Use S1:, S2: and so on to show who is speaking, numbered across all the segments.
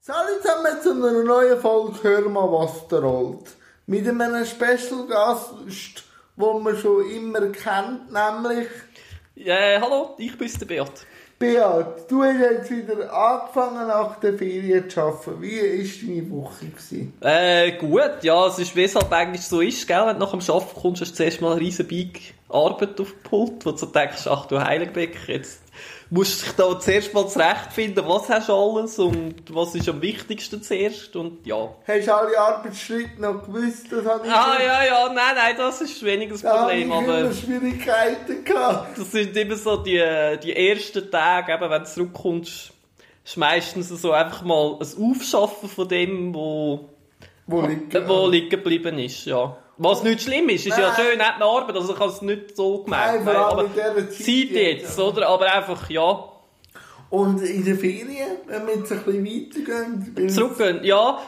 S1: Salut zusammen zu einer neuen Folge «Hör mal, was der rollt». Mit einem Special-Gast, den man schon immer kennt, nämlich...
S2: Ja, äh, hallo, ich bin's, der Beat.
S1: Beat, du hast jetzt wieder angefangen nach der Ferien zu arbeiten. Wie war deine Woche? Gewesen?
S2: Äh, gut, ja, es ist, wie es halt eigentlich so ist, gell, wenn du nach dem Arbeiten kommst, hast du zuerst mal eine riesen Big Arbeit auf dem Pult, wo du so denkst, ach du Heiligenbeck, jetzt musst du dich da zuerst mal zurechtfinden, was hast du alles und was ist am wichtigsten zuerst und ja.
S1: Hast du alle Arbeitsschritte noch gewusst? Das habe ich
S2: Ah, ja, ja, nein, nein, das ist weniger das
S1: Da habe ich
S2: Problem, aber
S1: immer Schwierigkeiten gehabt.
S2: das sind immer so die, die ersten Tage, eben, wenn du zurückkommst, ist meistens so einfach mal ein Aufschaffen von dem, wo Ah,
S1: Wo liegt
S2: Der, wo liegen geblieben ist, ja. Was nicht schlimm ist, ist ja
S1: Nein.
S2: schön, hat eine Arbeit, also ich habe es nicht so
S1: Nein,
S2: gemeint. Nein,
S1: vor
S2: aber
S1: allem in dieser Zeit,
S2: Zeit jetzt, oder? Aber einfach, ja.
S1: Und in den Ferien, wenn wir jetzt ein bisschen weitergehen... weil-
S2: Zurückgehen, ja.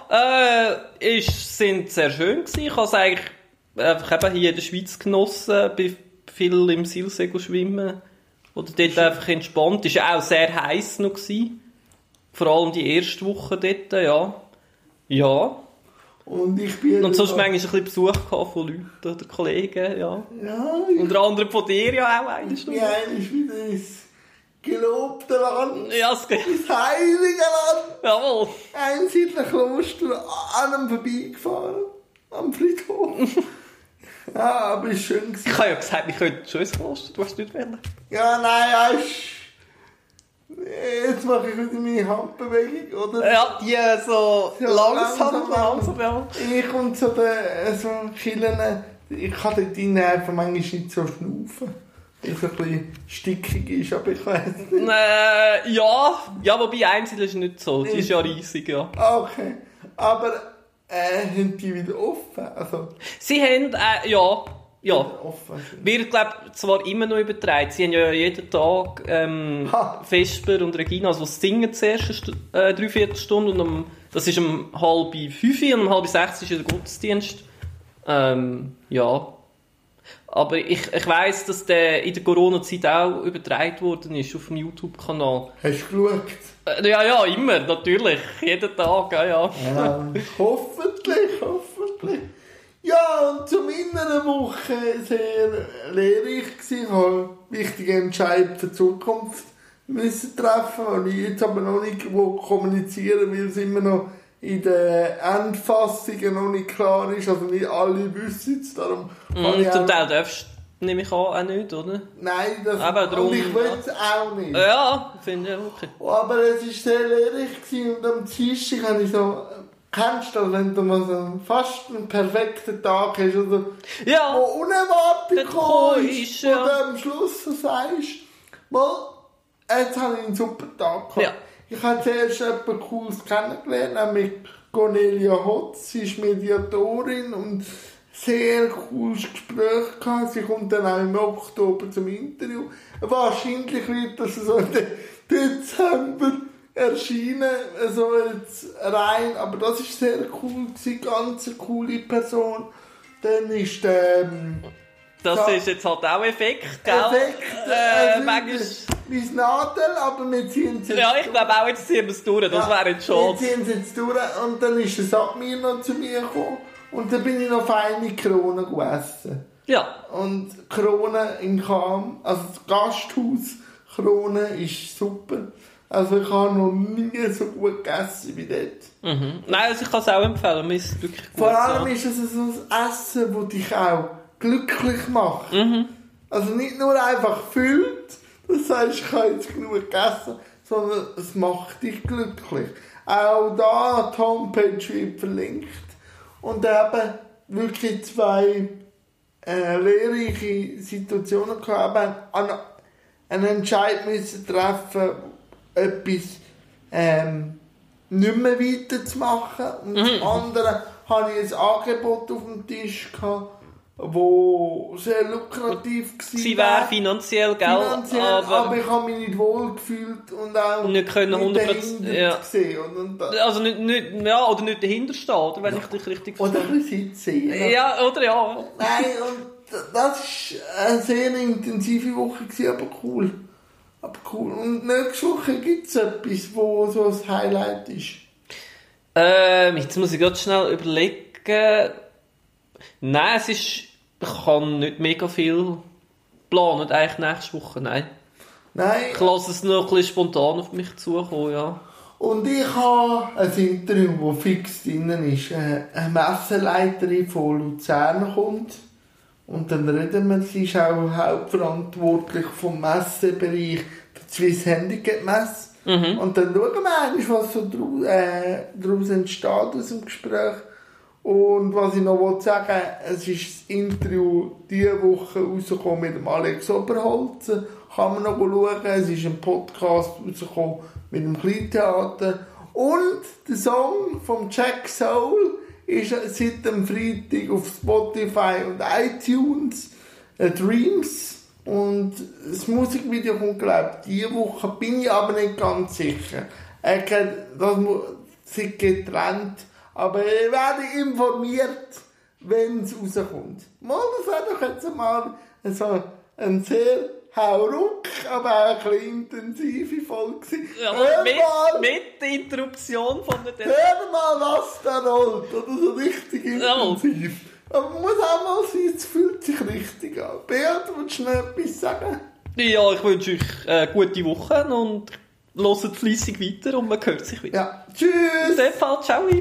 S2: Äh, ist, sind sehr schön gewesen. Ich habe es eigentlich einfach eben eh, hier in der Schweiz eh, genossen, bin viel im Silsegel schwimmen. Oder dort einfach entspannt. Ist auch sehr heiß noch gewesen. Vor allem die erste Woche dort, eh, ja. Ja.
S1: Und ich bin...
S2: Und sonst manchmal ein bisschen Besuch gehabt von Leuten oder Kollegen, ja.
S1: Ja, ich
S2: Unter anderem von dir ja auch eine
S1: bin
S2: Stunde.
S1: eigentlich wieder ins gelobte Land.
S2: Ja, es geht.
S1: ins heilige Land,
S2: Jawohl.
S1: einsiedler Kloster, an einem vorbeigefahren, am Friedhof. ja, aber ist schön gewesen.
S2: Ich habe ja gesagt, ich könnte schon ins Kloster, du hast nicht wollen.
S1: Ja, nein, ja, ist... Jetzt mache ich wieder meine Handbewegung, oder?
S2: Ja, die äh, so
S1: Ja,
S2: langsam,
S1: langsam,
S2: langsam, ja.
S1: Ich komme zu den so Killen, ich kann dort die Nerven manchmal nicht so schnaufen. Weil es ein bisschen stickig ist, aber ich weiß nicht.
S2: Äh, ja, ja, wobei einzeln ist nicht so. Die ist ja riesig, ja.
S1: Okay, aber äh, haben die wieder offen? Also,
S2: Sie haben, äh, ja, ja.
S1: offen.
S2: Wir glauben zwar immer noch übertragen. Sie haben ja jeden Tag ähm,
S1: Ha.
S2: Vesper und Regina, also das Singen zuerst eine Stu- äh, dreiviertel Stunde und um, das ist um halb fünf und um halb sechs ist ja der Gottesdienst. Ähm, ja. Aber ich, ich weiss, dass der in der Corona-Zeit auch übertragen worden ist auf dem YouTube-Kanal.
S1: Hast du geschaut?
S2: Äh, ja, ja, immer, natürlich. Jeden Tag, ja, ja.
S1: Ähm, hoffentlich, hoffentlich. Ja, und zu meiner Woche sehr lehrreich gewesen. Ich habe wichtige Entscheidungen für die Zukunft müssen treffen, die ich jetzt aber noch nicht wo kommunizieren, weil es immer noch in der Endfassung noch nicht klar ist. Also nicht alle wissen es, darum habe ich
S2: Und Mhm, zum
S1: auch-
S2: Teil darfst du, nehme ich an, auch nicht, oder?
S1: Nein, das
S2: Aber drum, Äh,
S1: und ich will es auch nicht.
S2: Ja, finde ich auch okay.
S1: Aber es war sehr lehrreich gewesen und am Dienstag habe ich so, kennst du das, wenn du mal so fast einen perfekten Tag hast oder
S2: Ja!
S1: wo unerwartet
S2: Dann
S1: gekommen
S2: kommst,
S1: ist
S2: ja.
S1: und am Schluss so sagst, mal, jetzt habe ich einen super Tag gehabt.
S2: Ja.
S1: Ich habe zuerst jemanden Cooles kennengelernt, nämlich Cornelia Hotz, sie ist Mediatorin und sehr cooles Gespräch gehabt. Sie kommt dann auch im Oktober zum Interview. Wahrscheinlich wird das so im Dezember erscheinen, also jetzt rein, aber das ist sehr cool, sie ganz eine coole Person. Dann ist ähm,
S2: Das
S1: Ja.
S2: ist jetzt halt auch Effekt, gell?
S1: Effekt.
S2: Äh,
S1: also,
S2: manchmal...
S1: Mein Nadel, aber wir ziehen es jetzt
S2: Ja, ich glaube auch, jetzt ziehen wir es durch. Das wäre jetzt
S1: Wir
S2: schade.
S1: ziehen es jetzt durch und dann ist es ab mir noch zu mir gekommen. Und dann bin ich noch feine Kronen gegessen.
S2: Ja.
S1: Und Kronen in Cham, also das Gasthaus Kronen ist super. Also ich habe noch nie so gut gegessen wie dort.
S2: Mhm. Nein, also ich kann es auch empfehlen. Mir ist es wirklich gut.
S1: Vor allem
S2: ja.
S1: ist es so ein Essen, das dich auch glücklich macht. Also nicht nur einfach füllt, das heißt, ich habe jetzt genug gegessen, sondern es macht dich glücklich. Auch da die Homepage wird verlinkt. Und eben wirklich zwei äh, lehrreiche Situationen gehabt. Eben an- einen Entscheid müssen treffen, etwas ähm, nicht mehr weiterzumachen. Und zum
S2: Mhm.
S1: anderen hatte ich ein Angebot auf dem Tisch, gehabt, wo sehr lukrativ war.
S2: Sie wäre finanziell, gell?
S1: Finanziell, aber,
S2: aber...
S1: ich habe mich nicht wohl gefühlt und auch
S2: Nicht können 100%
S1: dahinter
S2: ja.
S1: gesehen. Und, und, und
S2: Also nicht, nicht, ja, oder nicht dahinterstehen, oder? Wenn ich dich richtig
S1: ein
S2: verstehe.
S1: bisschen sehen.
S2: Ja, oder ja.
S1: Nein, und das war eine sehr intensive Woche, gewesen, aber cool. Aber cool. Und nächste Woche gibt es etwas, wo so ein Highlight ist.
S2: Ähm, jetzt muss ich ganz schnell überlegen. Nou, Nein, es ist. Ich kann nicht mega viel planen, eigentlich nächste Woche, nein.
S1: Nein.
S2: Ich lasse es noch ein bisschen spontan auf mich zukommen, ja.
S1: Und ich habe ein Interview, wo fix drinnen ist. Äh, Eine Messeleiterin von Luzern kommt. Und dann reden wir, sie ist auch hauptverantwortlich vom Messebereich für die Swiss Handicap Messe. Und dann schauen wir eigentlich, was so daraus äh, draus entsteht aus dem Gespräch. Und was ich noch wollte sagen es ist das Interview diese Woche rausgekommen mit dem Alex Oberholzer. Kann man noch schauen. Es ist ein Podcast rausgekommen mit dem Kleintheater. Und der Song von Jack Soul ist seit dem Freitag auf Spotify und iTunes. Äh, Dreams. Und das Musikvideo kommt, glaube ich, diese Woche. Bin ich aber nicht ganz sicher. Er kennt, das mu- sind getrennt. Aber ich werde informiert, wenn es rauskommt. Mal, das wäre doch jetzt mal so ein sehr hauruck, aber auch ein bisschen intensive Folge. gewesen. Hör mal,
S2: mit der Interruption von der Tele
S1: hör mal, was da rollt. Oder so richtig
S2: Ja.
S1: intensiv. Aber man muss auch mal sein, es fühlt sich richtig an. Beat, willst du noch etwas sagen?
S2: Ja, ich wünsche euch äh, gute Woche und hört fleissig weiter und man hört sich wieder.
S1: Ja. Tschüss!
S2: In dem Fall, ciao.